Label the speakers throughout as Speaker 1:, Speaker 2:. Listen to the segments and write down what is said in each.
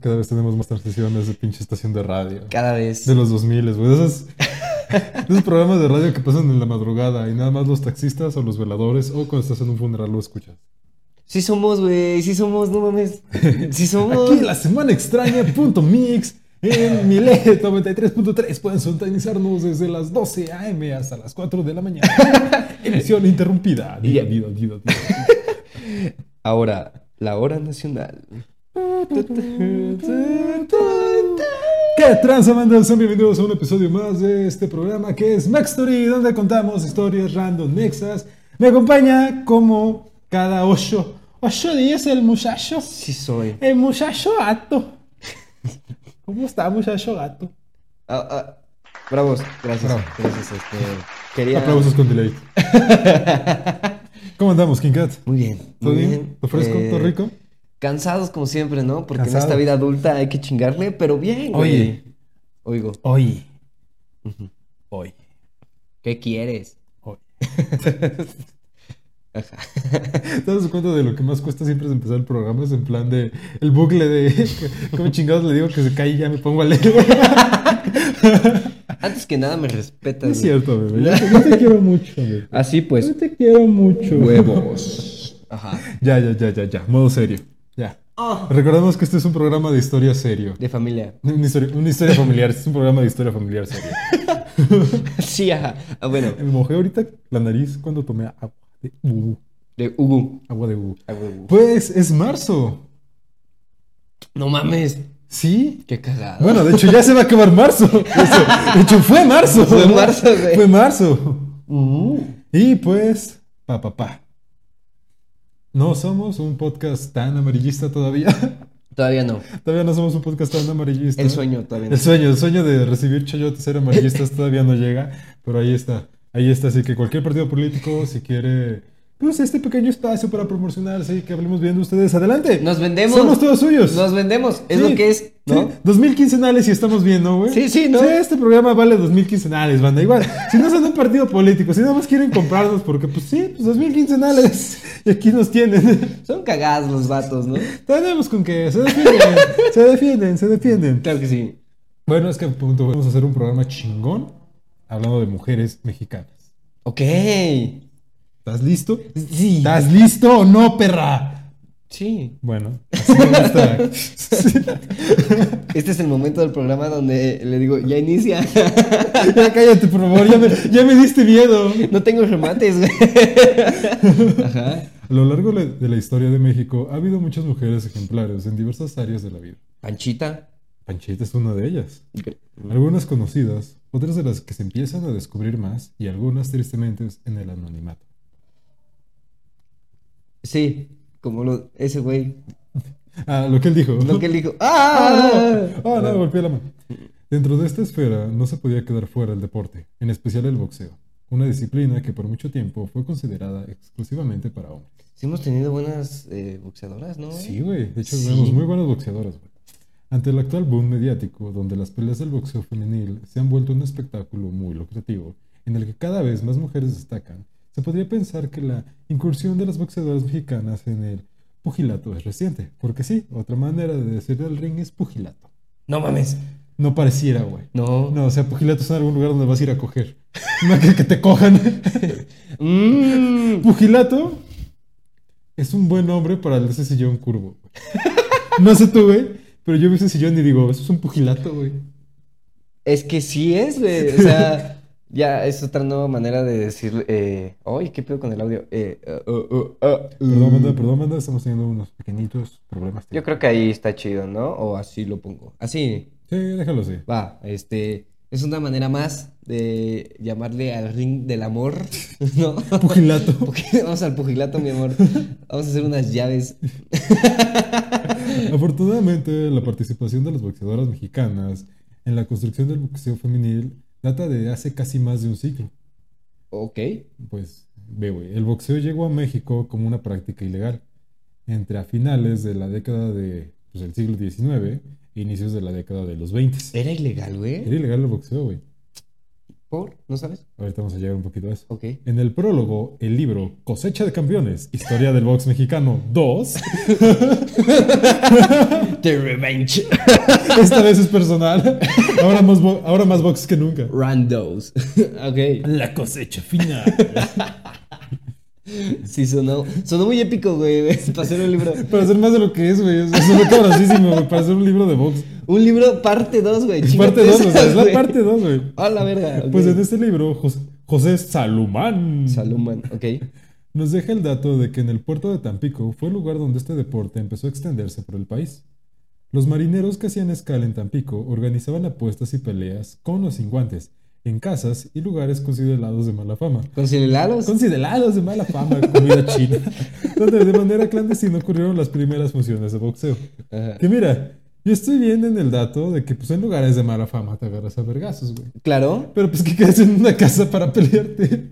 Speaker 1: Cada vez tenemos más transiciones de pinche estación de radio.
Speaker 2: Cada vez.
Speaker 1: De los 2000, güey. De esos, de esos programas de radio que pasan en la madrugada y nada más los taxistas o los veladores o cuando estás en un funeral lo escuchas.
Speaker 2: Sí somos, güey. Sí somos, no mames. Sí somos.
Speaker 1: Aquí en la semana extraña punto mix en Milet 93.3 pueden sintonizarnos desde las 12 a.m. hasta las 4 de la mañana. Emisión interrumpida. Diga,
Speaker 2: Ya.
Speaker 1: diga, diga, diga.
Speaker 2: Ahora, la hora nacional.
Speaker 1: ¿Qué tranza, banda? Sean bienvenidos a un episodio más de este programa que es Mextory, donde contamos historias random mexas. Me acompaña como cada ocho, ocho días el muchacho,
Speaker 2: Sí soy.
Speaker 1: el muchacho gato. ¿Cómo está, muchacho gato?
Speaker 2: Ah, ah, bravos. Gracias.
Speaker 1: Bravo.
Speaker 2: Gracias. Este, quería...
Speaker 1: Aplausos con delay. ¿Cómo andamos, King Cat?
Speaker 2: Muy bien.
Speaker 1: ¿Todo
Speaker 2: muy
Speaker 1: bien? ¿Todo fresco?
Speaker 2: Eh,
Speaker 1: ¿Todo rico?
Speaker 2: Cansados como siempre, ¿no? Porque
Speaker 1: Cansados.
Speaker 2: en esta vida adulta hay que chingarle, pero bien, güey.
Speaker 1: Oye.
Speaker 2: Oigo.
Speaker 1: Hoy. Hoy.
Speaker 2: ¿Qué quieres?
Speaker 1: Hoy.
Speaker 2: Ajá.
Speaker 1: ¿Te das cuenta de lo que más cuesta siempre es empezar el programa? Es en plan de el bucle de ¿Cómo chingados le digo que se cae y ya me pongo a leer? güey?
Speaker 2: Antes que nada me respetas.
Speaker 1: No es
Speaker 2: güey.
Speaker 1: cierto, bebé. Yo te, yo te quiero mucho, bebé.
Speaker 2: Así pues.
Speaker 1: Yo te quiero mucho.
Speaker 2: Huevos. Ajá.
Speaker 1: Ya, ya, ya, ya, ya. Modo serio. Ya.
Speaker 2: Ah.
Speaker 1: Recordemos que este es un programa de historia serio.
Speaker 2: De familia.
Speaker 1: Una historia, una historia familiar. Este es un programa de historia familiar serio.
Speaker 2: Sí, ajá. Ah, bueno.
Speaker 1: Me mojé ahorita la nariz cuando tomé agua de ubu.
Speaker 2: De Hugo.
Speaker 1: Agua de ubu.
Speaker 2: Ah, huevo.
Speaker 1: Pues es marzo.
Speaker 2: No mames.
Speaker 1: ¿Sí?
Speaker 2: Qué cagada.
Speaker 1: Bueno, de hecho ya se va a acabar marzo. Eso, De hecho fue marzo.
Speaker 2: Fue marzo, güey.
Speaker 1: Fue marzo.
Speaker 2: Uh.
Speaker 1: Y pues, pa pa pa. No somos un podcast tan amarillista todavía.
Speaker 2: Todavía no.
Speaker 1: todavía no somos un podcast tan amarillista.
Speaker 2: El sueño todavía no.
Speaker 1: El sueño, el sueño de recibir chayotes ser amarillistas todavía no llega, pero ahí está. Ahí está, así que cualquier partido político si quiere pues este pequeño espacio para promocionarse y que hablemos bien de ustedes, adelante.
Speaker 2: Nos vendemos.
Speaker 1: Somos todos suyos.
Speaker 2: Nos vendemos. Es
Speaker 1: Sí,
Speaker 2: lo que es, ¿no?
Speaker 1: Sí, 2000 quincenales y estamos bien, ¿no, güey?
Speaker 2: Sí, sí, ¿no?
Speaker 1: Sí, este programa vale 2000 quincenales, banda. Igual, si no son un partido político, si nada más quieren comprarnos, porque pues sí, pues 2000 quincenales. Y aquí nos tienen.
Speaker 2: Son cagadas los vatos, ¿no?
Speaker 1: Tenemos con que se defienden, se defienden, se defienden.
Speaker 2: Claro que sí.
Speaker 1: Bueno, es que punto, vamos a hacer un programa chingón hablando de mujeres mexicanas.
Speaker 2: Ok.
Speaker 1: ¿Estás listo?
Speaker 2: Sí.
Speaker 1: ¿Estás listo o no, perra?
Speaker 2: Sí.
Speaker 1: Bueno, así me gusta.
Speaker 2: Este es el momento del programa donde le digo, ya inicia.
Speaker 1: ya cállate, por favor, ya me, ya me diste miedo.
Speaker 2: No tengo remates, güey. Ajá.
Speaker 1: A lo largo le- de la historia de México ha habido muchas mujeres ejemplares en diversas áreas de la vida.
Speaker 2: Panchita.
Speaker 1: Panchita es una de ellas. Algunas conocidas, otras de las que se empiezan a descubrir más y algunas tristemente en el anonimato.
Speaker 2: Sí. Como lo, ese güey.
Speaker 1: Ah, lo que él dijo.
Speaker 2: Lo que él dijo.
Speaker 1: Ah, no, Ah,
Speaker 2: A ver.
Speaker 1: no, golpeé la mano. Dentro de esta esfera no se podía quedar fuera el deporte, en especial el boxeo, una disciplina que por mucho tiempo fue considerada exclusivamente para hombres.
Speaker 2: Sí hemos tenido buenas eh, boxeadoras, ¿no?
Speaker 1: Sí, güey. De hecho,
Speaker 2: Sí.
Speaker 1: vemos muy buenos boxeadores, güey. Ante el actual boom mediático, donde las peleas del boxeo femenil se han vuelto un espectáculo muy lucrativo, en el que cada vez más mujeres destacan, se podría pensar que la incursión de las boxeadoras mexicanas en el pugilato es reciente. Porque sí, otra manera de decir del ring es pugilato.
Speaker 2: No mames.
Speaker 1: No pareciera, güey.
Speaker 2: No.
Speaker 1: No, o sea, pugilato es en algún lugar donde vas a ir a coger. No que, que te cojan.
Speaker 2: Mm.
Speaker 1: Pugilato es un buen nombre para ese sillón curvo. güey. No sé tú, güey, pero yo veo ese sillón y digo, eso es un pugilato, güey.
Speaker 2: Es que sí es, güey. O sea, ya es otra nueva manera de decir. Eh, Ay, ¿qué pedo con el audio? Eh, uh, uh, uh, uh,
Speaker 1: Perdón,
Speaker 2: uh.
Speaker 1: manda, perdón, manda, estamos teniendo unos pequeñitos problemas.
Speaker 2: Yo creo que ahí está chido, ¿no? O así lo pongo. Así,
Speaker 1: Sí, déjalo así.
Speaker 2: va. Este. Es una manera más de llamarle al ring del amor, ¿no?
Speaker 1: Pugilato.
Speaker 2: Porque vamos al pugilato, mi amor. Vamos a hacer unas llaves.
Speaker 1: Afortunadamente, la participación de las boxeadoras mexicanas en la construcción del boxeo femenil data de hace casi más de un siglo.
Speaker 2: Ok.
Speaker 1: Pues ve, güey, el boxeo llegó a México como una práctica ilegal entre a finales de la década de, pues, del siglo XIX e inicios de la década de los 20. ¿Eh?
Speaker 2: Era ilegal, güey.
Speaker 1: Era ilegal el boxeo, güey.
Speaker 2: favor? ¿No sabes?
Speaker 1: Ahorita vamos a llegar un poquito a eso.
Speaker 2: Ok.
Speaker 1: En el prólogo, el libro Cosecha de Campeones, Historia del Box Mexicano 2,
Speaker 2: The Revenge.
Speaker 1: esta vez es personal, ahora más, bo- ahora más box que nunca.
Speaker 2: Randos. ok.
Speaker 1: La cosecha final.
Speaker 2: Sí, sonó. Sonó muy épico, güey. Para hacer un libro.
Speaker 1: Para ser más de lo que es, güey. O sea, se ve cabrosísimo, güey, para hacer un libro de box.
Speaker 2: Un libro parte 2, güey.
Speaker 1: Parte
Speaker 2: Chíngate
Speaker 1: 2, o sea,
Speaker 2: esas,
Speaker 1: es la
Speaker 2: güey.
Speaker 1: parte 2, güey.
Speaker 2: A la verga. ok.
Speaker 1: Pues en este libro, Jos- José Salumán
Speaker 2: Saluman, ok.
Speaker 1: nos deja el dato de que en el puerto de Tampico fue el lugar donde este deporte empezó a extenderse por el país. Los marineros que hacían escala en Tampico organizaban apuestas y peleas con o sin guantes, en casas y lugares considerados de mala fama.
Speaker 2: Considerados.
Speaker 1: Considerados de mala fama, comida china, donde de manera clandestina ocurrieron las primeras funciones de boxeo.
Speaker 2: Ajá.
Speaker 1: Que mira, yo estoy viendo en el dato de que pues en lugares de mala fama te agarras a vergazos, güey.
Speaker 2: Claro.
Speaker 1: Pero pues que quedas en una casa para pelearte.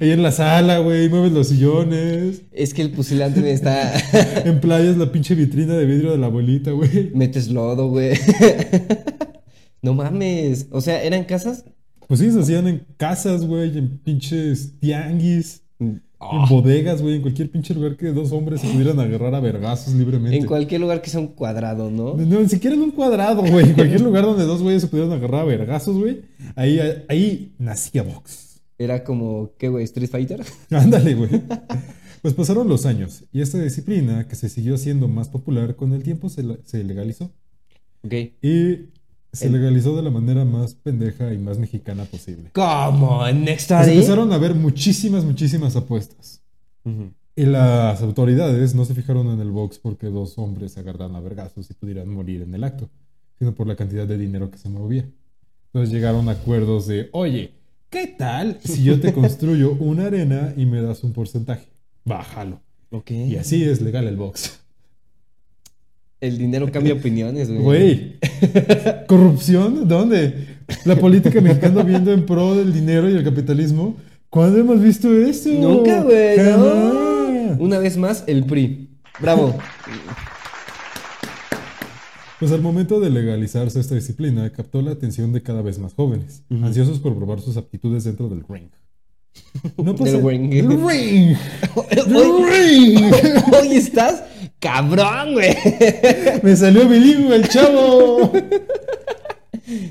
Speaker 1: Ahí en la sala, güey, mueves los sillones.
Speaker 2: Es que el pusilante está.
Speaker 1: En playas la pinche vitrina de vidrio de la abuelita, güey.
Speaker 2: Metes lodo, güey. no mames. O sea, ¿eran casas?
Speaker 1: Pues sí, se hacían en casas, güey, en pinches tianguis, en
Speaker 2: Ah.
Speaker 1: bodegas, güey, en cualquier pinche lugar que dos hombres se pudieran agarrar a vergazos libremente.
Speaker 2: En cualquier lugar que sea un cuadrado, ¿no?
Speaker 1: No, ni siquiera en un cuadrado, güey. En cualquier lugar donde dos güeyes se pudieran agarrar a vergazos, güey. Ahí, ahí nacía box.
Speaker 2: Era como, ¿qué, güey? ¿Street Fighter?
Speaker 1: Ándale, güey. Pues pasaron los años y esta disciplina, que se siguió haciendo más popular, con el tiempo se, la- se legalizó.
Speaker 2: Ok.
Speaker 1: Y se
Speaker 2: El-
Speaker 1: legalizó de la manera más pendeja y más mexicana posible.
Speaker 2: ¿Cómo? ¿Next
Speaker 1: Pues
Speaker 2: Daddy?
Speaker 1: empezaron a haber muchísimas, muchísimas apuestas.
Speaker 2: Ujú.
Speaker 1: Y las autoridades no se fijaron en el box porque dos hombres se agarraran a vergazos y pudieran morir en el acto, sino por la cantidad de dinero que se movía. Entonces llegaron a acuerdos de, oye, ¿qué tal si yo te construyo una arena y me das un porcentaje? Bájalo.
Speaker 2: Ok.
Speaker 1: Y así es legal el box.
Speaker 2: El dinero cambia opiniones, güey.
Speaker 1: Güey, ¿corrupción? ¿Dónde? La política mexicana viendo en pro del dinero y el capitalismo. ¿Cuándo hemos visto eso?
Speaker 2: Nunca, güey. No.
Speaker 1: Jamás.
Speaker 2: Una vez más, el PRI. Bravo.
Speaker 1: Pues al momento de legalizarse esta disciplina, captó la atención de cada vez más jóvenes,
Speaker 2: Ujú.
Speaker 1: ansiosos por probar sus aptitudes dentro del ring. No
Speaker 2: Del ring.
Speaker 1: ¡Del ring!
Speaker 2: hoy,
Speaker 1: ¡Del ring!
Speaker 2: hoy estás cabrón, güey.
Speaker 1: ¡Me salió bilingüe el chavo!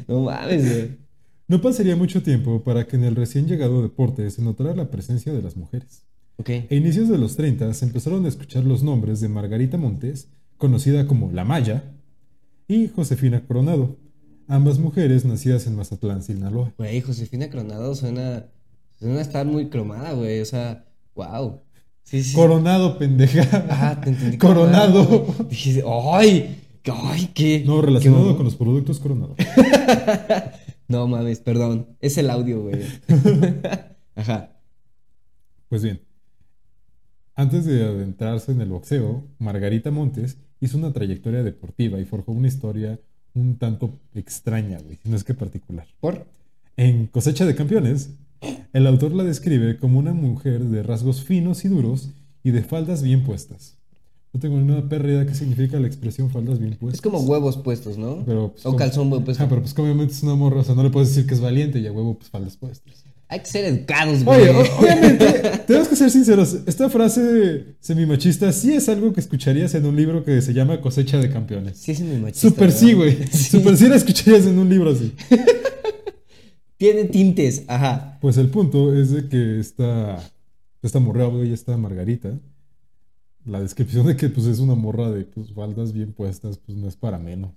Speaker 2: No mames, güey.
Speaker 1: No pasaría mucho tiempo para que en el recién llegado deporte se notara la presencia de las mujeres.
Speaker 2: Ok.
Speaker 1: A inicios de los 30 se empezaron a escuchar los nombres de Margarita Montes, conocida como La Maya, y Josefina Coronado, ambas mujeres nacidas en Mazatlán, Sinaloa.
Speaker 2: Güey, Josefina Coronado suena. Suena a estar muy cromada, güey. O sea, wow. Sí, sí.
Speaker 1: Coronado, pendeja.
Speaker 2: ah, te entendí.
Speaker 1: Coronado.
Speaker 2: cromada, güey. Dije, ¡ay! ¡Ay, qué!
Speaker 1: No,
Speaker 2: qué
Speaker 1: relacionado
Speaker 2: mamón.
Speaker 1: con los productos Coronado.
Speaker 2: No mames, perdón. Es el audio, güey. Ajá.
Speaker 1: Pues bien, antes de adentrarse en el boxeo, Margarita Montes hizo una trayectoria deportiva y forjó una historia un tanto extraña, güey, si no es que particular.
Speaker 2: ¿Por?
Speaker 1: En Cosecha de Campeones, el autor la describe como una mujer de rasgos finos y duros y de faldas bien puestas. No tengo ni una pérdida que significa la expresión faldas bien puestas.
Speaker 2: Es como huevos puestos, ¿no?
Speaker 1: Pero, pues,
Speaker 2: o
Speaker 1: como-
Speaker 2: calzón güey, puesto.
Speaker 1: Ah, pero pues que obviamente es una morra, o sea, no le puedes decir que es valiente y a huevo, pues faldas puestas.
Speaker 2: Hay que ser educados, güey.
Speaker 1: Oye, o- obviamente, tenemos que ser sinceros. Esta frase semimachista sí es algo que escucharías en un libro que se llama Cosecha de Campeones.
Speaker 2: Sí, es muy machista.
Speaker 1: Super
Speaker 2: ¿verdad?
Speaker 1: sí, güey. Super sí la escucharías en un libro así.
Speaker 2: Tiene tintes, ajá.
Speaker 1: Pues el punto es de que esta, esta morra, güey, esta Margarita, la descripción de que pues es una morra de pues, faldas bien puestas, pues no es para menos.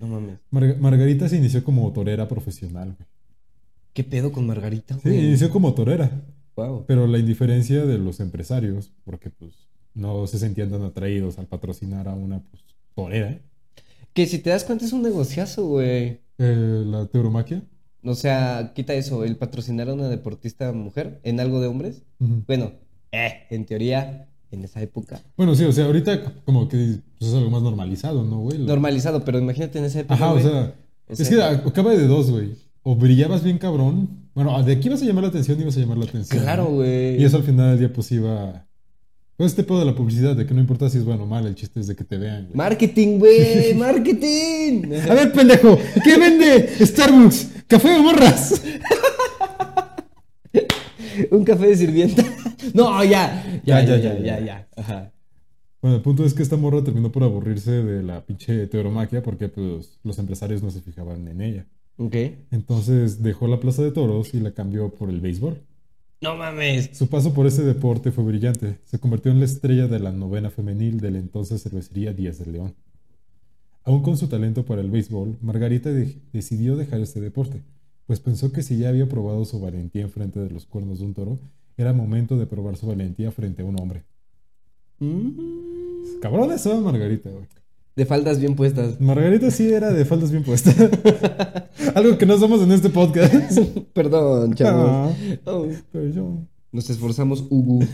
Speaker 2: No mames.
Speaker 1: Mar- Margarita se inició como torera profesional, güey.
Speaker 2: ¿Qué pedo con Margarita,
Speaker 1: Sí,
Speaker 2: güey?
Speaker 1: inició como torera.
Speaker 2: Wow.
Speaker 1: Pero la indiferencia de los empresarios, porque pues no se sentían tan atraídos al patrocinar a una pues, torera.
Speaker 2: Que si te das cuenta es un negociazo, güey.
Speaker 1: Eh, la teuromaquia.
Speaker 2: O sea, quita eso, el patrocinar a una deportista mujer en algo de hombres.
Speaker 1: Ujú.
Speaker 2: Bueno, eh, en teoría, en esa época.
Speaker 1: Bueno, sí, o sea, ahorita como que pues, es algo más normalizado, ¿no, güey? La-
Speaker 2: Normalizado, pero imagínate en esa época.
Speaker 1: Ajá, o
Speaker 2: güey.
Speaker 1: sea,
Speaker 2: O
Speaker 1: es que
Speaker 2: sea-
Speaker 1: acaba de dos, güey. O brillabas bien cabrón. Bueno, de aquí vas a llamar la atención y vas a llamar la atención.
Speaker 2: Claro,
Speaker 1: ¿no?
Speaker 2: güey.
Speaker 1: Y eso al final del día pues iba... Pues este pedo de la publicidad, de que no importa si es bueno o mal, el chiste es de que te vean. güey.
Speaker 2: Marketing, güey, marketing.
Speaker 1: A ver, pendejo, ¿qué vende Starbucks? ¿Café de morras?
Speaker 2: Un café de sirvienta. No, ya. Ya, ya, ya, ya,
Speaker 1: ya.
Speaker 2: ya. Ajá.
Speaker 1: Bueno, el punto es que esta morra terminó por aburrirse de la pinche teoromaquia porque pues, los empresarios no se fijaban en ella.
Speaker 2: Ok.
Speaker 1: Entonces dejó la plaza de toros y la cambió por el béisbol.
Speaker 2: No mames.
Speaker 1: Su paso por ese deporte fue brillante. Se convirtió en la estrella de la novena femenil de la entonces cervecería Díaz del León. Aún con su talento para el béisbol, Margarita de- decidió dejar este deporte, pues pensó que si ya había probado su valentía en frente de los cuernos de un toro, era momento de probar su valentía frente a un hombre.
Speaker 2: Mm.
Speaker 1: Cabrón eso, Margarita. güey.
Speaker 2: De faldas bien puestas.
Speaker 1: Margarita sí era de faldas bien puestas. Algo que no somos en este podcast.
Speaker 2: Perdón, chavos.
Speaker 1: Ah,
Speaker 2: Oh.
Speaker 1: pero yo-
Speaker 2: Nos esforzamos, Ugu.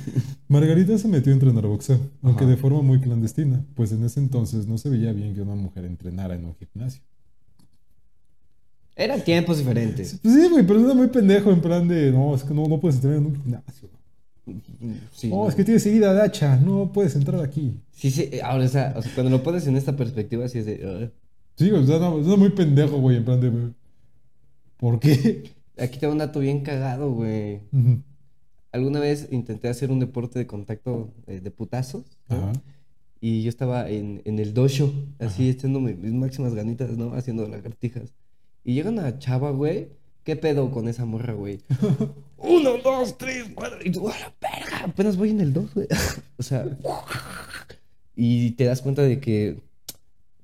Speaker 1: Margarita se metió a entrenar boxeo, aunque
Speaker 2: Ajá.
Speaker 1: de forma muy clandestina, pues en ese entonces no se veía bien que una mujer entrenara en un gimnasio.
Speaker 2: Eran tiempos diferentes.
Speaker 1: Pues sí, güey, pero era muy pendejo en plan de, no, es que no, no puedes entrar en un gimnasio.
Speaker 2: Sí.
Speaker 1: oh,
Speaker 2: no.
Speaker 1: es que tienes herida de hacha, no puedes entrar aquí.
Speaker 2: Sí, sí. eh, Ahora, o sea, o sea, cuando lo pones en esta perspectiva, sí es de.
Speaker 1: Sí, güey, o sea, no, era muy pendejo, güey, en plan de, ¿por qué?
Speaker 2: "Ah". Aquí te va un dato bien cagado, güey.
Speaker 1: Ujú.
Speaker 2: Alguna vez intenté hacer un deporte de contacto eh, de putazos. ¿no?
Speaker 1: Ajá.
Speaker 2: Y yo estaba en, en el dojo, así, echando mi- mis máximas ganitas, ¿no? Haciendo lagartijas. Y llega una chava, güey. ¿Qué pedo con esa morra, güey? Uno, dos, tres, cuatro. Y tú, "A la verga! Apenas voy en el dos, güey. o sea. y te das cuenta de que.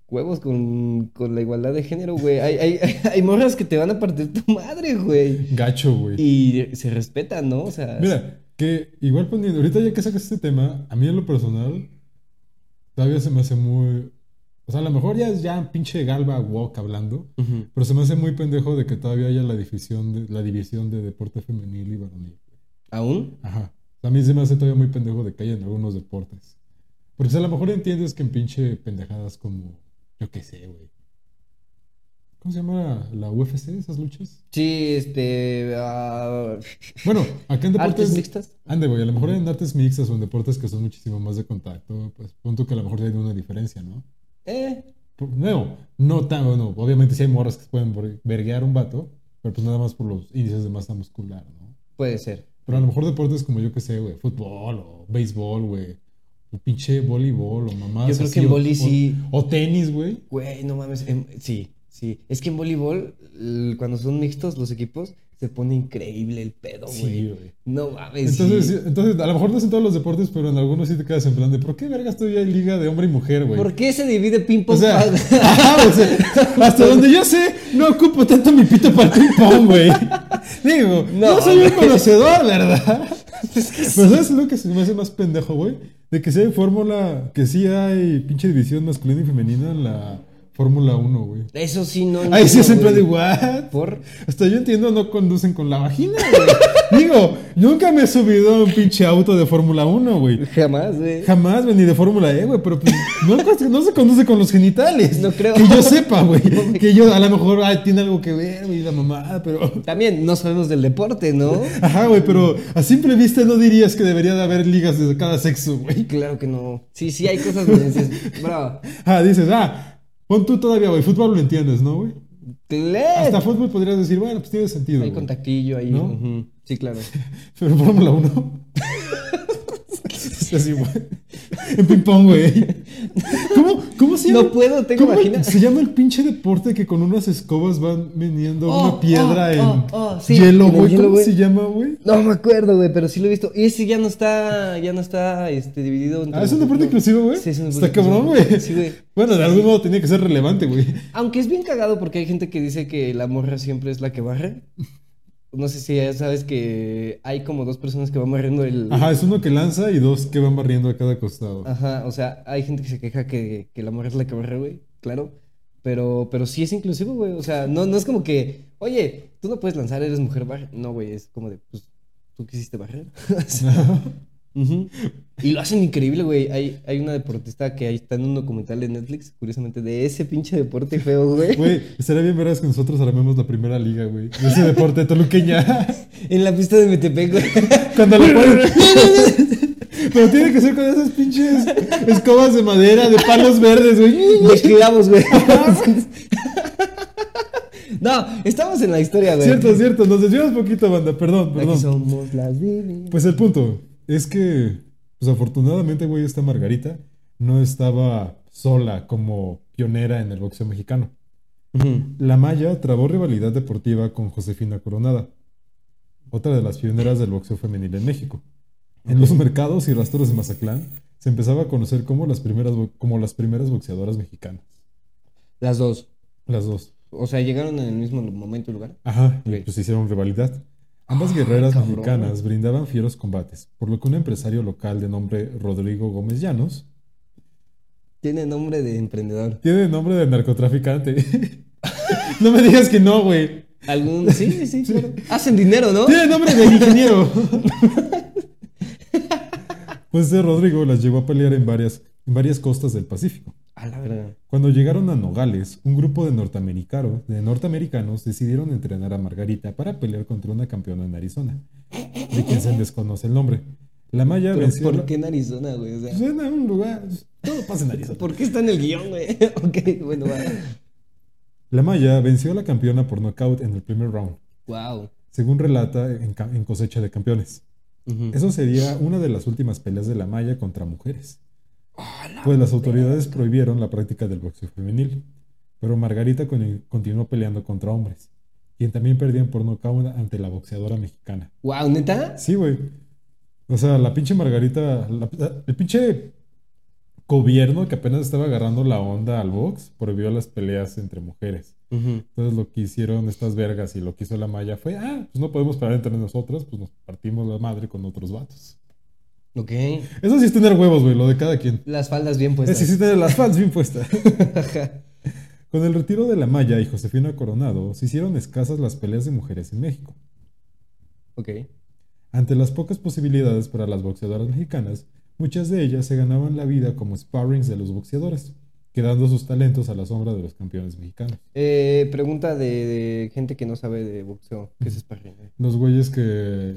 Speaker 2: Huevos con, con la igualdad de género, güey. Hay, hay, hay morras que te van a partir tu madre, güey.
Speaker 1: Gacho, güey.
Speaker 2: Y se respetan, ¿no? O sea.
Speaker 1: Mira, que igual poniendo, ahorita ya que sacas este tema, a mí en lo personal, todavía se me hace muy. O sea, a lo mejor ya es ya pinche Galba Walk hablando,
Speaker 2: Ujú.
Speaker 1: pero se me hace muy pendejo de que todavía haya la división de, la división de deporte femenil y varonil.
Speaker 2: ¿Aún?
Speaker 1: Ajá. A mí se me hace todavía muy pendejo de que haya en algunos deportes. Porque o sea, a lo mejor entiendes que en pinche pendejadas como, yo qué sé, güey. ¿Cómo se llama la UFC, esas luchas?
Speaker 2: Sí, este. ah,
Speaker 1: Bueno, acá en
Speaker 2: ¿Artes
Speaker 1: deportes.
Speaker 2: mixtas?
Speaker 1: Ande, güey, a lo mejor en artes mixtas o en deportes que son muchísimo más de contacto, pues punto que a lo mejor ya hay una diferencia, ¿no?
Speaker 2: Eh.
Speaker 1: Por- No, no tan, no, obviamente sí hay morras que se pueden ver- verguear un vato, pero pues nada más por los índices de masa muscular, ¿no?
Speaker 2: Puede ser.
Speaker 1: Pero a lo mejor deportes como yo que sé, güey, fútbol o béisbol, güey, o pinche voleibol o mamás.
Speaker 2: Yo creo
Speaker 1: así,
Speaker 2: que en
Speaker 1: o-
Speaker 2: voli
Speaker 1: o-
Speaker 2: sí.
Speaker 1: O, tenis, güey.
Speaker 2: Güey, no mames. em, sí, sí. Es que en voleibol, l- cuando son mixtos los equipos, se pone increíble el pedo,
Speaker 1: Sí,
Speaker 2: güey.
Speaker 1: güey.
Speaker 2: no mames.
Speaker 1: Entonces,
Speaker 2: sí.
Speaker 1: sí, entonces, a lo mejor no es en todos los deportes, pero en algunos sí te quedas en plan de, ¿por qué vergas todavía hay liga de hombre y mujer, güey?
Speaker 2: ¿Por qué se divide ping-pong?
Speaker 1: O sea,
Speaker 2: pad?
Speaker 1: ajá, o sea, hasta donde yo sé, no ocupo tanto mi pito para el ping-pong, güey. Digo, no,
Speaker 2: No,
Speaker 1: soy un
Speaker 2: güey.
Speaker 1: conocedor, ¿verdad? Pero ¿sabes lo que se me hace más pendejo, güey? De que sí hay fórmula, que sí hay pinche división masculina y femenina en la Fórmula 1, güey.
Speaker 2: Eso sí, no.
Speaker 1: Ahí sí
Speaker 2: entiendo,
Speaker 1: es en plan de,
Speaker 2: güey.
Speaker 1: ¿what?
Speaker 2: Por.
Speaker 1: Hasta yo entiendo, no conducen con la vagina, güey. Digo, nunca me he subido a un pinche auto de Fórmula 1, güey.
Speaker 2: Jamás, güey.
Speaker 1: Jamás, güey, ni de Fórmula E, güey, pero pues, no, no se conduce con los genitales.
Speaker 2: No creo.
Speaker 1: Que yo sepa, güey. Que yo, a lo mejor, ay, tiene algo que ver, güey, la mamada, pero.
Speaker 2: También no sabemos del deporte, ¿no?
Speaker 1: Ajá, güey, pero a simple vista no dirías que debería de haber ligas de cada sexo, güey.
Speaker 2: Claro que no. Sí, sí, hay cosas que dices, bro.
Speaker 1: Ah, dices, ah, pon tú todavía, güey, fútbol lo entiendes, ¿no, güey? Hasta
Speaker 2: ¡Claro!
Speaker 1: fútbol podrías decir, bueno, pues tiene sentido.
Speaker 2: Hay
Speaker 1: güey.
Speaker 2: contactillo ahí.
Speaker 1: ¿No?
Speaker 2: ujú. Sí, claro.
Speaker 1: Pero en Fórmula 1. es así, güey. En ping-pong, güey. ¿Cómo, ¿Cómo se llama?
Speaker 2: No puedo, tengo
Speaker 1: ¿Cómo
Speaker 2: vagina.
Speaker 1: Se llama el pinche deporte que con unas escobas van viniendo
Speaker 2: Oh,
Speaker 1: una piedra
Speaker 2: oh,
Speaker 1: en
Speaker 2: oh, oh, sí,
Speaker 1: hielo,
Speaker 2: en el
Speaker 1: güey.
Speaker 2: hielo,
Speaker 1: ¿Cómo
Speaker 2: güey.
Speaker 1: se llama, güey?
Speaker 2: No me acuerdo, güey, pero sí lo he visto. Y ese ya no está, ya no está este, dividido. entre-
Speaker 1: Ah, es un deporte inclusivo, güey.
Speaker 2: Sí, es un
Speaker 1: Está
Speaker 2: deporte
Speaker 1: cabrón,
Speaker 2: inclusivo.
Speaker 1: güey.
Speaker 2: Sí, güey.
Speaker 1: Bueno, de algún modo tenía que ser relevante, güey.
Speaker 2: Aunque es bien cagado porque hay gente que dice que la morra siempre es la que barre. No sé si ya sabes que hay como dos personas que van barriendo el.
Speaker 1: Ajá, es uno que lanza y dos que van barriendo a cada costado.
Speaker 2: Ajá, o sea, hay gente que se queja que, que la morra es la que barre, güey, claro. Pero, pero sí es inclusivo, güey. O sea, no, no es como que, oye, tú no puedes lanzar, eres mujer, barre. No, güey, es como de, pues, tú quisiste barrer. O sea, Ujú. Y lo hacen increíble, güey. Hay, hay una deportista que ahí está en un documental de Netflix, curiosamente, de ese pinche deporte feo, güey.
Speaker 1: Güey, estaría bien verás que nosotros armemos la primera liga, güey. De ese deporte toluqueña.
Speaker 2: En la pista de Metepec, güey.
Speaker 1: Cuando lo ponen. Pero tiene que ser con esas pinches escobas de madera, de palos verdes, güey.
Speaker 2: Los clavos, güey. No, estamos en la historia, güey.
Speaker 1: Cierto, cierto, nos desviamos un poquito, banda, perdón,
Speaker 2: Aquí
Speaker 1: perdón.
Speaker 2: somos las baby.
Speaker 1: Pues el punto es que, pues afortunadamente, güey, esta Margarita no estaba sola como pionera en el boxeo mexicano. La Maya trabó rivalidad deportiva con Josefina Coronada, otra de las pioneras del boxeo femenil en México. En los mercados y rastros de Mazatlán se empezaba a conocer como las primeras, bo- como las primeras boxeadoras mexicanas.
Speaker 2: Las dos.
Speaker 1: Las dos.
Speaker 2: O sea, llegaron en el mismo momento y lugar.
Speaker 1: Ajá, y
Speaker 2: Ok.
Speaker 1: pues hicieron rivalidad. Ambas
Speaker 2: Ah,
Speaker 1: guerreras
Speaker 2: cabrón.
Speaker 1: mexicanas brindaban fieros combates, por lo que un empresario local de nombre Rodrigo Gómez Llanos
Speaker 2: Tiene nombre de emprendedor.
Speaker 1: tiene nombre de narcotraficante. no me digas que no, güey.
Speaker 2: ¿Algún? Sí, sí, sí, claro. Hacen dinero, ¿no?
Speaker 1: Tiene nombre de ingeniero. pues de Rodrigo las llevó a pelear en varias, en varias costas del Pacífico.
Speaker 2: A la verdad.
Speaker 1: Cuando llegaron a Nogales, un grupo de norteamericanos, de norteamericanos decidieron entrenar a Margarita para pelear contra una campeona en Arizona, de quien se desconoce el nombre. La Maya
Speaker 2: Pero
Speaker 1: venció. a la-
Speaker 2: ¿por qué en Arizona, güey? O
Speaker 1: Pues
Speaker 2: sea,
Speaker 1: en un lugar. Todo pasa en Arizona.
Speaker 2: ¿por qué está en el guión, güey? ok, bueno, va.
Speaker 1: La Maya venció a la campeona por nocaut en el primer round,
Speaker 2: Wow.
Speaker 1: según relata en ca- en Cosecha de Campeones. Eso sería una de las últimas peleas de la Maya contra mujeres. Pues las autoridades prohibieron la práctica del boxeo femenil, pero Margarita con- continuó peleando contra hombres, quien también perdían por nocaut ante la boxeadora mexicana.
Speaker 2: Wow, ¿neta?
Speaker 1: Sí, güey. O sea, la pinche Margarita, la- el pinche gobierno que apenas estaba agarrando la onda al box prohibió las peleas entre mujeres. Entonces lo que hicieron estas vergas y lo que hizo la Maya fue, ah, pues no podemos pelear entre nosotras, pues nos partimos la madre con otros vatos.
Speaker 2: Ok.
Speaker 1: Eso sí es tener huevos, güey, lo de cada quien.
Speaker 2: Las faldas bien puestas.
Speaker 1: Eso sí es tener las fans bien puestas.
Speaker 2: Ajá.
Speaker 1: Con el retiro de la Maya y Josefina Coronado, se hicieron escasas las peleas de mujeres en México.
Speaker 2: ok.
Speaker 1: Ante las pocas posibilidades para las boxeadoras mexicanas, muchas de ellas se ganaban la vida como sparrings de los boxeadores, quedando sus talentos a la sombra de los campeones mexicanos.
Speaker 2: Eh, pregunta de, de gente que no sabe de boxeo. ¿Qué es sparring? güey?
Speaker 1: Los güeyes que...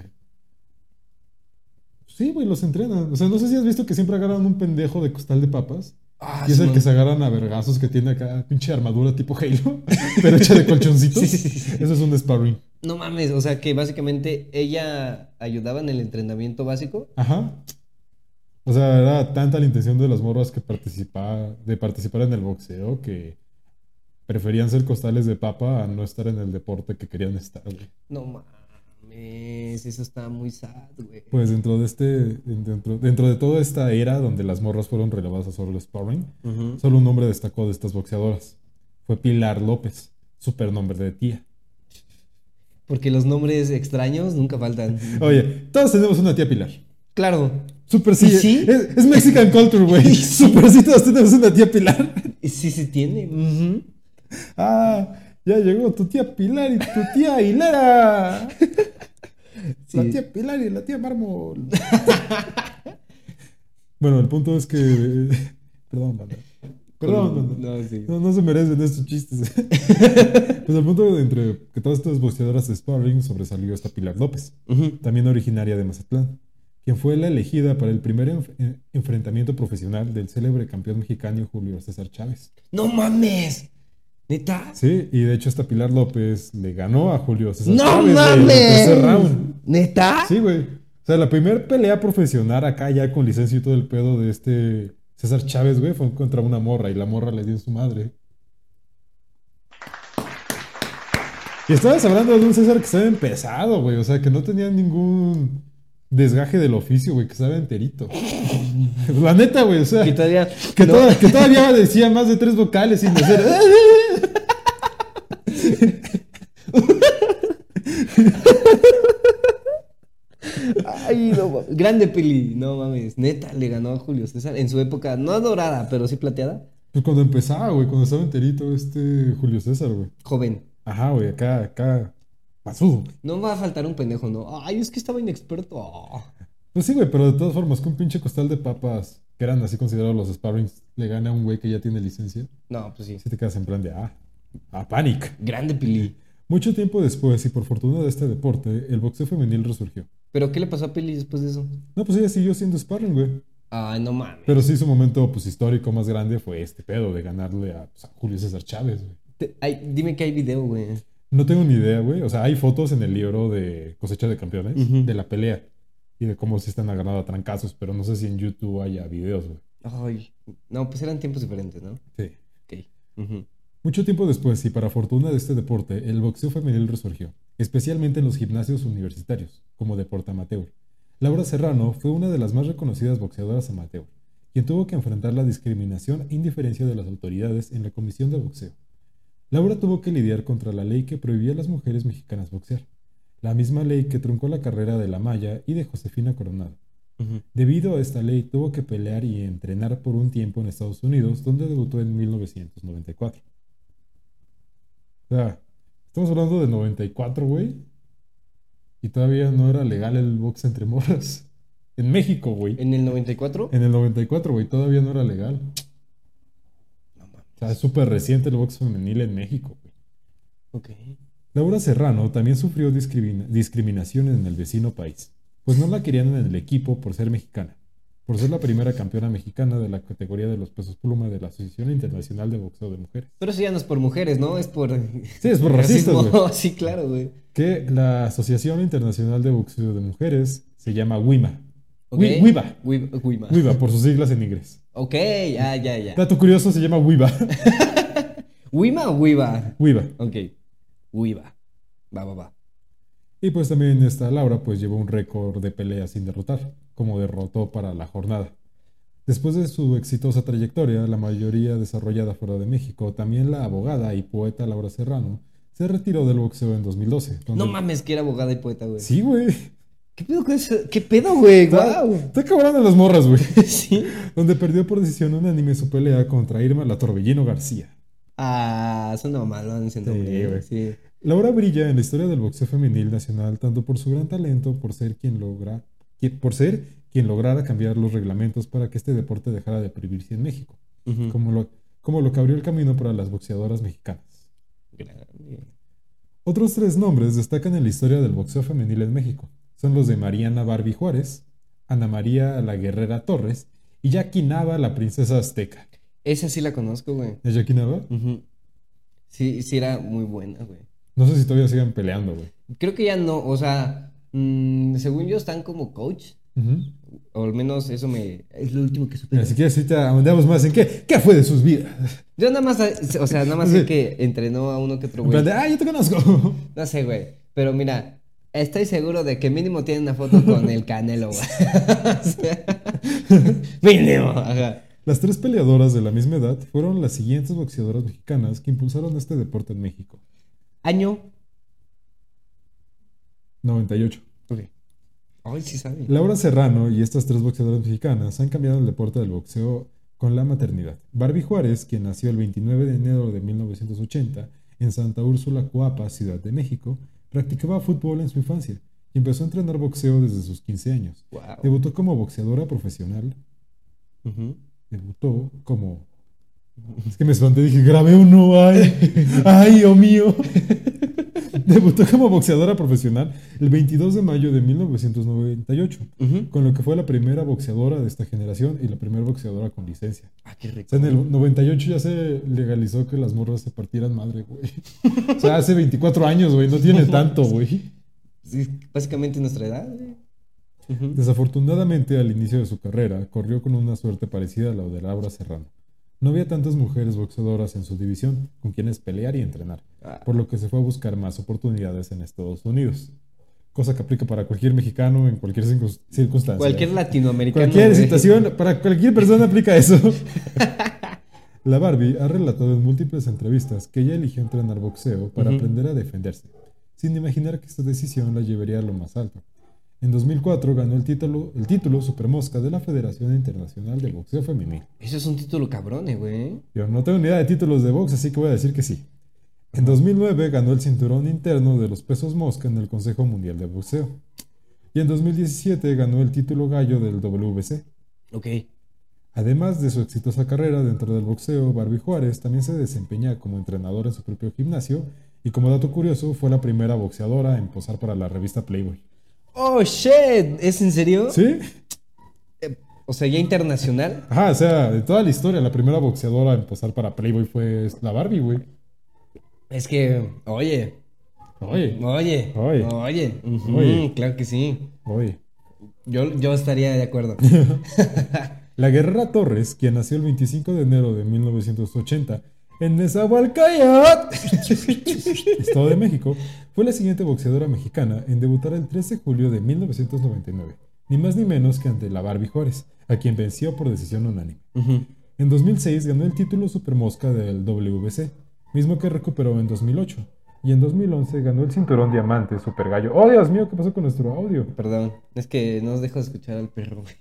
Speaker 1: Sí, güey, los entrenan. O sea, no sé si has visto que siempre agarran un pendejo de costal de papas
Speaker 2: Ah,
Speaker 1: Y es el
Speaker 2: Simón.
Speaker 1: que se agarran a vergazos que tiene acá, pinche armadura tipo Halo, pero hecha de colchoncitos.
Speaker 2: Sí, sí, sí, sí.
Speaker 1: Eso es un sparring.
Speaker 2: No mames, o sea que básicamente ella ayudaba en el entrenamiento básico.
Speaker 1: Ajá. O sea, era tanta la intención de las morras que participa, de participar en el boxeo que preferían ser costales de papa a no estar en el deporte que querían estar. güey.
Speaker 2: No mames, eso está muy sad, güey.
Speaker 1: Pues dentro de este, dentro, dentro de toda esta era donde las morras fueron relevadas a solo el sparring,
Speaker 2: Ujú.
Speaker 1: solo un nombre destacó de estas boxeadoras. Fue Pilar López, supernombre de tía.
Speaker 2: Porque los nombres extraños nunca faltan.
Speaker 1: Oye, todos tenemos una tía Pilar.
Speaker 2: Claro.
Speaker 1: Super
Speaker 2: ¿Y
Speaker 1: sí.
Speaker 2: sí?
Speaker 1: Es, es Mexican culture, güey. Super sí, todos tenemos una tía Pilar.
Speaker 2: Sí se tiene. ujú.
Speaker 1: Ah, ya llegó tu tía Pilar y tu tía Hilara. La
Speaker 2: Sí.
Speaker 1: tía Pilar y la tía Mármol. bueno, el punto es que. Perdón, banda. Perdón, banda.
Speaker 2: No, sí.
Speaker 1: No, no se merecen estos chistes. pues el punto de entre que todas estas boxeadoras de sparring sobresalió esta Pilar López,
Speaker 2: Ujú.
Speaker 1: también originaria de Mazatlán, quien fue la elegida para el primer enf- en- enfrentamiento profesional del célebre campeón mexicano Julio César Chávez.
Speaker 2: No mames. ¿Neta?
Speaker 1: Sí, y de hecho esta Pilar López le ganó a Julio César
Speaker 2: ¡No
Speaker 1: Chávez güey, en el tercer
Speaker 2: mames!
Speaker 1: round.
Speaker 2: ¿Neta?
Speaker 1: Sí, güey. O sea, la primera pelea profesional acá ya con licencia y todo el pedo de este César Chávez, güey, fue contra una morra y la morra le dio en su madre. Y estabas hablando de un César que estaba empezado, güey. O sea, que no tenía ningún desgaje del oficio, güey, que estaba enterito. la neta, güey, o sea.
Speaker 2: Que todavía.
Speaker 1: Que,
Speaker 2: no.
Speaker 1: toda- que todavía decía más de tres vocales sin hacer.
Speaker 2: Ay, no mames. Grande peli. No mames. Neta le ganó a Julio César en su época. No dorada, pero sí plateada.
Speaker 1: Pues cuando empezaba, güey, cuando estaba enterito este Julio César, güey.
Speaker 2: Joven.
Speaker 1: Ajá, güey, acá, acá. Pasudo, güey.
Speaker 2: No va a faltar un pendejo, ¿no? Ay, es que estaba inexperto. Ah.
Speaker 1: Pues sí, güey, pero de todas formas, con un pinche costal de papas, que eran así considerados los sparrings, le gana a un güey que ya tiene licencia.
Speaker 2: No, pues sí.
Speaker 1: Si te quedas en plan de, ah, a panic.
Speaker 2: Grande Pili.
Speaker 1: Mucho tiempo después, y por fortuna de este deporte, el boxeo femenil resurgió.
Speaker 2: ¿Pero qué le pasó a Pili después de eso?
Speaker 1: No, pues ella siguió siendo sparring, güey.
Speaker 2: Ay, no mames.
Speaker 1: Pero sí, su momento, pues, histórico más grande fue este pedo de ganarle a, pues, a Julio César Chávez, güey.
Speaker 2: Te- ay, dime que hay video, güey.
Speaker 1: No tengo ni idea, güey. O sea, hay fotos en el libro de Cosecha de Campeones
Speaker 2: Ujú.
Speaker 1: de la pelea y de cómo se están agarrando a trancazos, pero no sé si en YouTube haya videos, güey.
Speaker 2: Ay, no, pues eran tiempos diferentes, ¿no?
Speaker 1: Sí.
Speaker 2: Ok. Ujú.
Speaker 1: Mucho tiempo después, y para fortuna de este deporte, el boxeo femenil resurgió, especialmente en los gimnasios universitarios, como deporte amateur. Laura Serrano fue una de las más reconocidas boxeadoras amateur, quien tuvo que enfrentar la discriminación e indiferencia de las autoridades en la Comisión de Boxeo. Laura tuvo que lidiar contra la ley que prohibía a las mujeres mexicanas boxear, la misma ley que truncó la carrera de La Maya y de Josefina Coronado.
Speaker 2: Ujú.
Speaker 1: Debido a esta ley, tuvo que pelear y entrenar por un tiempo en Estados Unidos, donde debutó en 1994. O sea, estamos hablando de 94, güey. Y todavía no era legal el box entre morras. En México, güey.
Speaker 2: ¿En el 94?
Speaker 1: En el 94, güey, todavía no era legal.
Speaker 2: No mames.
Speaker 1: O sea, es súper reciente el box femenil en México, güey.
Speaker 2: Ok.
Speaker 1: Laura Serrano también sufrió discrimina- discriminación en el vecino país, pues no la querían en el equipo por ser mexicana, por ser la primera campeona mexicana de la categoría de los pesos pluma de la Asociación Internacional de Boxeo de Mujeres.
Speaker 2: Pero eso ya no es por mujeres, ¿no? Es por.
Speaker 1: Sí, es por racistas,
Speaker 2: racismo.
Speaker 1: güey.
Speaker 2: sí, claro, güey.
Speaker 1: Que la Asociación Internacional de Boxeo de Mujeres se llama WIMA.
Speaker 2: Ok.
Speaker 1: Wi- WIBA.
Speaker 2: Wi- Wima.
Speaker 1: WIBA, por sus siglas en inglés.
Speaker 2: Ok, ah, ya, ya.
Speaker 1: Dato curioso, se llama WIBA.
Speaker 2: ¿Wima o Wiba?
Speaker 1: WIBA.
Speaker 2: Ok. Wiba. Va, va, va.
Speaker 1: Y pues también esta Laura pues llevó un récord de peleas sin derrotar, como derrotó para la jornada. Después de su exitosa trayectoria, la mayoría desarrollada fuera de México, también la abogada y poeta Laura Serrano se retiró del boxeo en 2012. donde-
Speaker 2: No mames, que era abogada y poeta, güey.
Speaker 1: Sí, güey.
Speaker 2: ¿Qué pedo con eso? ¿Qué pedo, güey?
Speaker 1: Está,
Speaker 2: Guau.
Speaker 1: está cabrón de las morras, güey.
Speaker 2: Sí.
Speaker 1: Donde perdió por decisión unánime su pelea contra Irma La Torbellino García.
Speaker 2: Ah, suena mamalón ese nombre.
Speaker 1: güey.
Speaker 2: güey. Sí.
Speaker 1: Laura brilla en la historia del boxeo femenil nacional tanto por su gran talento, por ser quien logra, que- por ser quien lograra cambiar los reglamentos para que este deporte dejara de prohibirse en México,
Speaker 2: Ujú.
Speaker 1: como lo, como lo que abrió el camino para las boxeadoras mexicanas.
Speaker 2: Grande.
Speaker 1: Otros tres nombres destacan en la historia del boxeo femenil en México. Son los de Mariana Barbie Juárez, Ana María la Guerrera Torres y Jackie Nava la Princesa Azteca.
Speaker 2: Esa sí la conozco, güey.
Speaker 1: ¿Es Jackie Nava?
Speaker 2: Ujú. Sí, sí era muy buena, güey.
Speaker 1: No sé si todavía sigan peleando, güey.
Speaker 2: Creo que ya no, o sea, mm, según yo están como coach,
Speaker 1: Ujú.
Speaker 2: o al menos eso me... Es lo último que supe.
Speaker 1: Así que así te ahondamos más en qué, qué fue de sus vidas.
Speaker 2: Yo nada más, o sea, nada más sé que entrenó a uno que otro
Speaker 1: En
Speaker 2: güey.
Speaker 1: plan de, ah, yo te conozco.
Speaker 2: No sé, güey. Pero mira, estoy seguro de que mínimo tiene una foto con el canelo, güey. O sea, mínimo, ajá.
Speaker 1: Las tres peleadoras de la misma edad fueron las siguientes boxeadoras mexicanas que impulsaron este deporte en México.
Speaker 2: Año.
Speaker 1: 98.
Speaker 2: Ay, sí sabe.
Speaker 1: Laura Serrano y estas tres boxeadoras mexicanas han cambiado el deporte del boxeo con la maternidad. Barbie Juárez, quien nació el 29 de enero de 1980 en Santa Úrsula, Coapa, Ciudad de México, practicaba fútbol en su infancia y empezó a entrenar boxeo desde sus 15 años.
Speaker 2: Wow.
Speaker 1: Debutó como boxeadora profesional debutó como. Es que me espanté, dije, grabé uno, ay, ay, oh mío. debutó como boxeadora profesional el 22 de mayo de 1998, con lo que fue la primera boxeadora de esta generación y la primera boxeadora con licencia.
Speaker 2: Ah, qué
Speaker 1: O
Speaker 2: rico.
Speaker 1: sea, en el 98 ya se legalizó que las morras se partieran madre, güey. O sea, hace 24 años, güey, no tiene tanto, güey.
Speaker 2: Sí, básicamente nuestra edad, güey. Ujú.
Speaker 1: Desafortunadamente, al inicio de su carrera, corrió con una suerte parecida a la de Laura Serrano. No había tantas mujeres boxeadoras en su división con quienes pelear y entrenar,
Speaker 2: Ah,
Speaker 1: por lo que se fue a buscar más oportunidades en Estados Unidos. Cosa que aplica para cualquier mexicano en cualquier circun- circunstancia.
Speaker 2: Cualquier latinoamericano.
Speaker 1: Cualquier
Speaker 2: güey.
Speaker 1: situación, para cualquier persona aplica eso. La Barbie ha relatado en múltiples entrevistas que ella eligió entrenar boxeo para
Speaker 2: Ujú.
Speaker 1: aprender a defenderse, sin imaginar que esta decisión la llevaría a lo más alto. En 2004 ganó el título, el título Supermosca de la Federación Internacional de Boxeo Femenil.
Speaker 2: Eso es un título cabrón, eh, güey.
Speaker 1: Yo no tengo ni idea de títulos de box, así que voy a decir que sí. En 2009 ganó el cinturón interno de los pesos mosca en el Consejo Mundial de Boxeo. Y en 2017 ganó el título gallo del WBC.
Speaker 2: Ok.
Speaker 1: Además de su exitosa carrera dentro del boxeo, Barbie Juárez también se desempeña como entrenadora en su propio gimnasio y como dato curioso fue la primera boxeadora en posar para la revista Playboy.
Speaker 2: Oh, shit. ¿Es en serio?
Speaker 1: ¿Sí?
Speaker 2: O sea, ya internacional.
Speaker 1: Ajá, o sea, de toda la historia, la primera boxeadora en posar para Playboy fue la Barbie, güey.
Speaker 2: Es que, oye,
Speaker 1: Oye,
Speaker 2: Oye,
Speaker 1: Oye.
Speaker 2: oye, oye. Ujú,
Speaker 1: Oye.
Speaker 2: claro que sí.
Speaker 1: oye.
Speaker 2: Yo, yo estaría de acuerdo.
Speaker 1: La guerrera Torres, quien nació el 25 de enero de 1980 en Nezahualcóyotl, Estado de México, fue la siguiente boxeadora mexicana en debutar el 13 de julio de 1999, ni más ni menos que ante la Barbie Juárez, a quien venció por decisión unánime.
Speaker 2: Ujú.
Speaker 1: En 2006 ganó el título Supermosca del WBC, mismo que recuperó en 2008. Y en 2011 ganó el cinturón diamante Super Gallo. ¡Oh, Dios mío! ¿Qué pasó con nuestro audio?
Speaker 2: Perdón, es que no os dejo escuchar al perro, güey.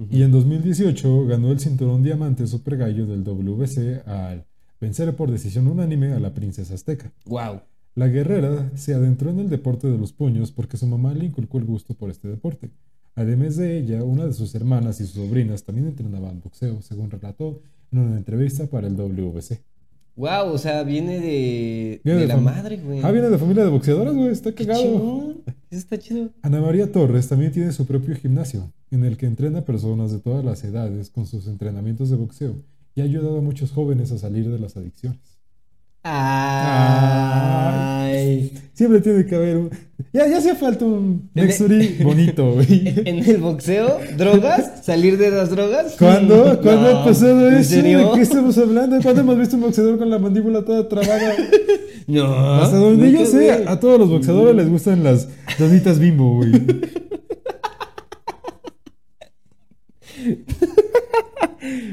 Speaker 1: Y en 2018 ganó el cinturón diamante Super Gallo del WBC al vencer por decisión unánime a la princesa azteca.
Speaker 2: Wow.
Speaker 1: La guerrera se adentró en el deporte de los puños porque su mamá le inculcó el gusto por este deporte. Además de ella, una de sus hermanas y sus sobrinas también entrenaban boxeo, según relató en una entrevista para el WBC.
Speaker 2: Wow, o sea, viene de,
Speaker 1: Viene
Speaker 2: de
Speaker 1: de
Speaker 2: la
Speaker 1: fam-
Speaker 2: madre, güey.
Speaker 1: Ah, viene de familia de boxeadoras, güey, está
Speaker 2: Mm. Qué
Speaker 1: cagado.
Speaker 2: chingón. Eso está chido.
Speaker 1: Ana María Torres también tiene su propio gimnasio, en el que entrena personas de todas las edades con sus entrenamientos de boxeo y ha ayudado a muchos jóvenes a salir de las adicciones. Ay.
Speaker 2: Ay.
Speaker 1: Siempre tiene que haber un... Ya, ya hacía falta un
Speaker 2: En-
Speaker 1: Nexuri bonito, güey.
Speaker 2: En el boxeo, drogas, salir de las drogas.
Speaker 1: ¿Cuándo?
Speaker 2: No,
Speaker 1: ¿Cuándo empezó
Speaker 2: ¿en
Speaker 1: eso?
Speaker 2: serio?
Speaker 1: ¿De qué estamos hablando? ¿Cuándo hemos visto un boxeador con la mandíbula toda trabada?
Speaker 2: ¿Ah? No.
Speaker 1: Hasta donde yo
Speaker 2: nunca,
Speaker 1: sé,
Speaker 2: güey.
Speaker 1: a todos los boxeadores les gustan las donitas bimbo, güey.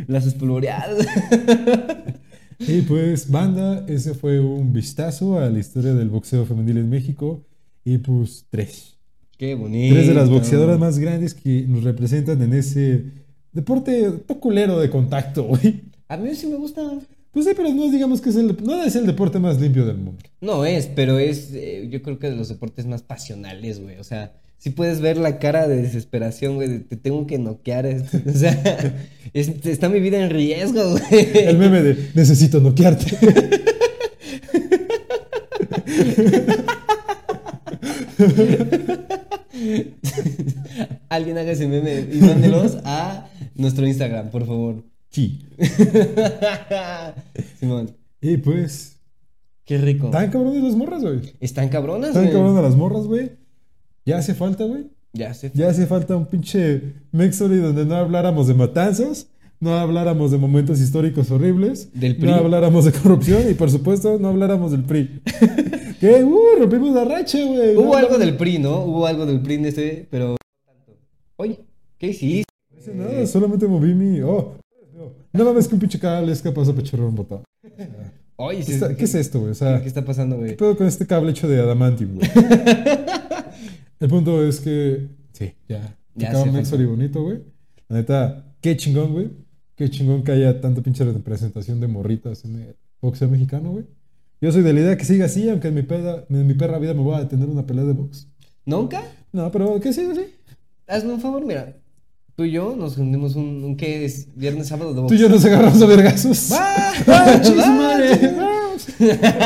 Speaker 2: Las espolvoreadas.
Speaker 1: Y pues, banda, ese fue un vistazo a la historia del boxeo femenil en México. Y pues, tres.
Speaker 2: Qué bonito.
Speaker 1: Tres de las boxeadoras más grandes que nos representan en ese deporte poculero de contacto, güey.
Speaker 2: A mí sí me gustan.
Speaker 1: Pues sí, pero no digamos que es el, no es el deporte más limpio del mundo.
Speaker 2: No es, pero es, eh, yo creo que de los deportes más pasionales, güey. O sea, si puedes ver la cara de desesperación, güey, de, te tengo que noquear. es- o sea, es- está mi vida en riesgo, güey.
Speaker 1: El meme de necesito noquearte.
Speaker 2: Alguien haga ese meme y mándelos a nuestro Instagram, por favor.
Speaker 1: Sí.
Speaker 2: Simón,
Speaker 1: Y pues,
Speaker 2: qué rico.
Speaker 1: tan cabrones las morras, güey.
Speaker 2: Están cabronas,
Speaker 1: Tan
Speaker 2: güey.
Speaker 1: cabrones las morras, güey. Ya hace falta, güey.
Speaker 2: Ya sé.
Speaker 1: Ya hace falta un pinche Mexory donde no habláramos de matanzas, no habláramos de momentos históricos horribles,
Speaker 2: Del PRI.
Speaker 1: no habláramos de corrupción y por supuesto no habláramos del PRI. que, uh, rompimos la racha,
Speaker 2: Hubo
Speaker 1: güey. No
Speaker 2: algo
Speaker 1: hablamos
Speaker 2: del PRI, ¿no? Hubo algo del PRI en este, pero. Oye, ¿qué hiciste?
Speaker 1: de nada, solamente moví mi. Oh, no. No mames que un pinche cable es capaz de pechorrar un botón.
Speaker 2: Oye, sí,
Speaker 1: Está- ¿Qué es esto, güey? O sea,
Speaker 2: ¿Qué está pasando,
Speaker 1: ¿Qué
Speaker 2: güey?
Speaker 1: pedo con este cable hecho de adamantium, güey? El punto es que. Sí, ya.
Speaker 2: Ya
Speaker 1: Tocaba
Speaker 2: hace
Speaker 1: Mexor y bonito, güey. La neta, qué chingón, güey. Qué chingón que haya tanta pinche representación de morritas en el boxeo mexicano, güey. Yo soy de la idea que siga así, aunque en mi, peda- en mi perra vida me voy a tener una pelea de box.
Speaker 2: ¿Nunca?
Speaker 1: No, pero que siga así.
Speaker 2: Hazme un favor, mira. Tú y yo nos reunimos un, un ¿qué es? Viernes, sábado, de
Speaker 1: Tú
Speaker 2: box.
Speaker 1: y yo nos agarramos a vergazos.
Speaker 2: ¡Ah!
Speaker 1: ¡Ah, chis
Speaker 2: ¡Ah,
Speaker 1: madre!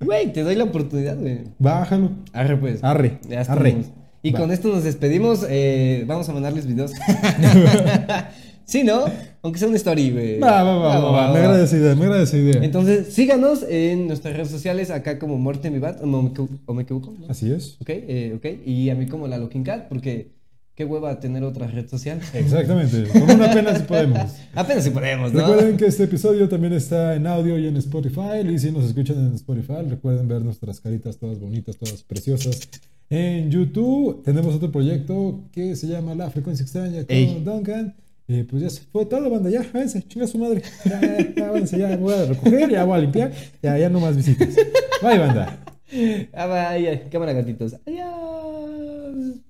Speaker 2: Güey, te doy la oportunidad, güey.
Speaker 1: Bájalo.
Speaker 2: Arre, pues.
Speaker 1: Arre,
Speaker 2: Ya
Speaker 1: Ah, arre.
Speaker 2: estamos. Y
Speaker 1: Va.
Speaker 2: con esto nos despedimos. eh, vamos a mandarles videos. sí, ¿no? Aunque sea una story, güey.
Speaker 1: Va, va, va, va, va. Me agrada esa idea, me agrada esa idea.
Speaker 2: Entonces, síganos en nuestras redes sociales, acá como Morte Mi Bat, o me, equivo- o me equivoco, ¿no?
Speaker 1: Así es.
Speaker 2: Ok, eh, ok. Y a mí como la Looking Cat, porque qué hueva tener otra red social.
Speaker 1: Exactamente. Con una pena sí podemos.
Speaker 2: Apenas si podemos, ¿no?
Speaker 1: Recuerden que este episodio también está en audio y en Spotify. Y si nos escuchan en Spotify, recuerden ver nuestras caritas todas bonitas, todas preciosas. En YouTube tenemos otro proyecto que se llama La Frecuencia Extraña con
Speaker 2: Ey.
Speaker 1: Duncan. Y pues ya se fue todo, banda. Ya, váyanse, chinga su madre. Ya, ya, ya, váyanse, ya voy a recoger, ya voy a limpiar. Ya, ya no más visitas. Bye, banda.
Speaker 2: Ah, vaya, cámara gatitos. Adiós.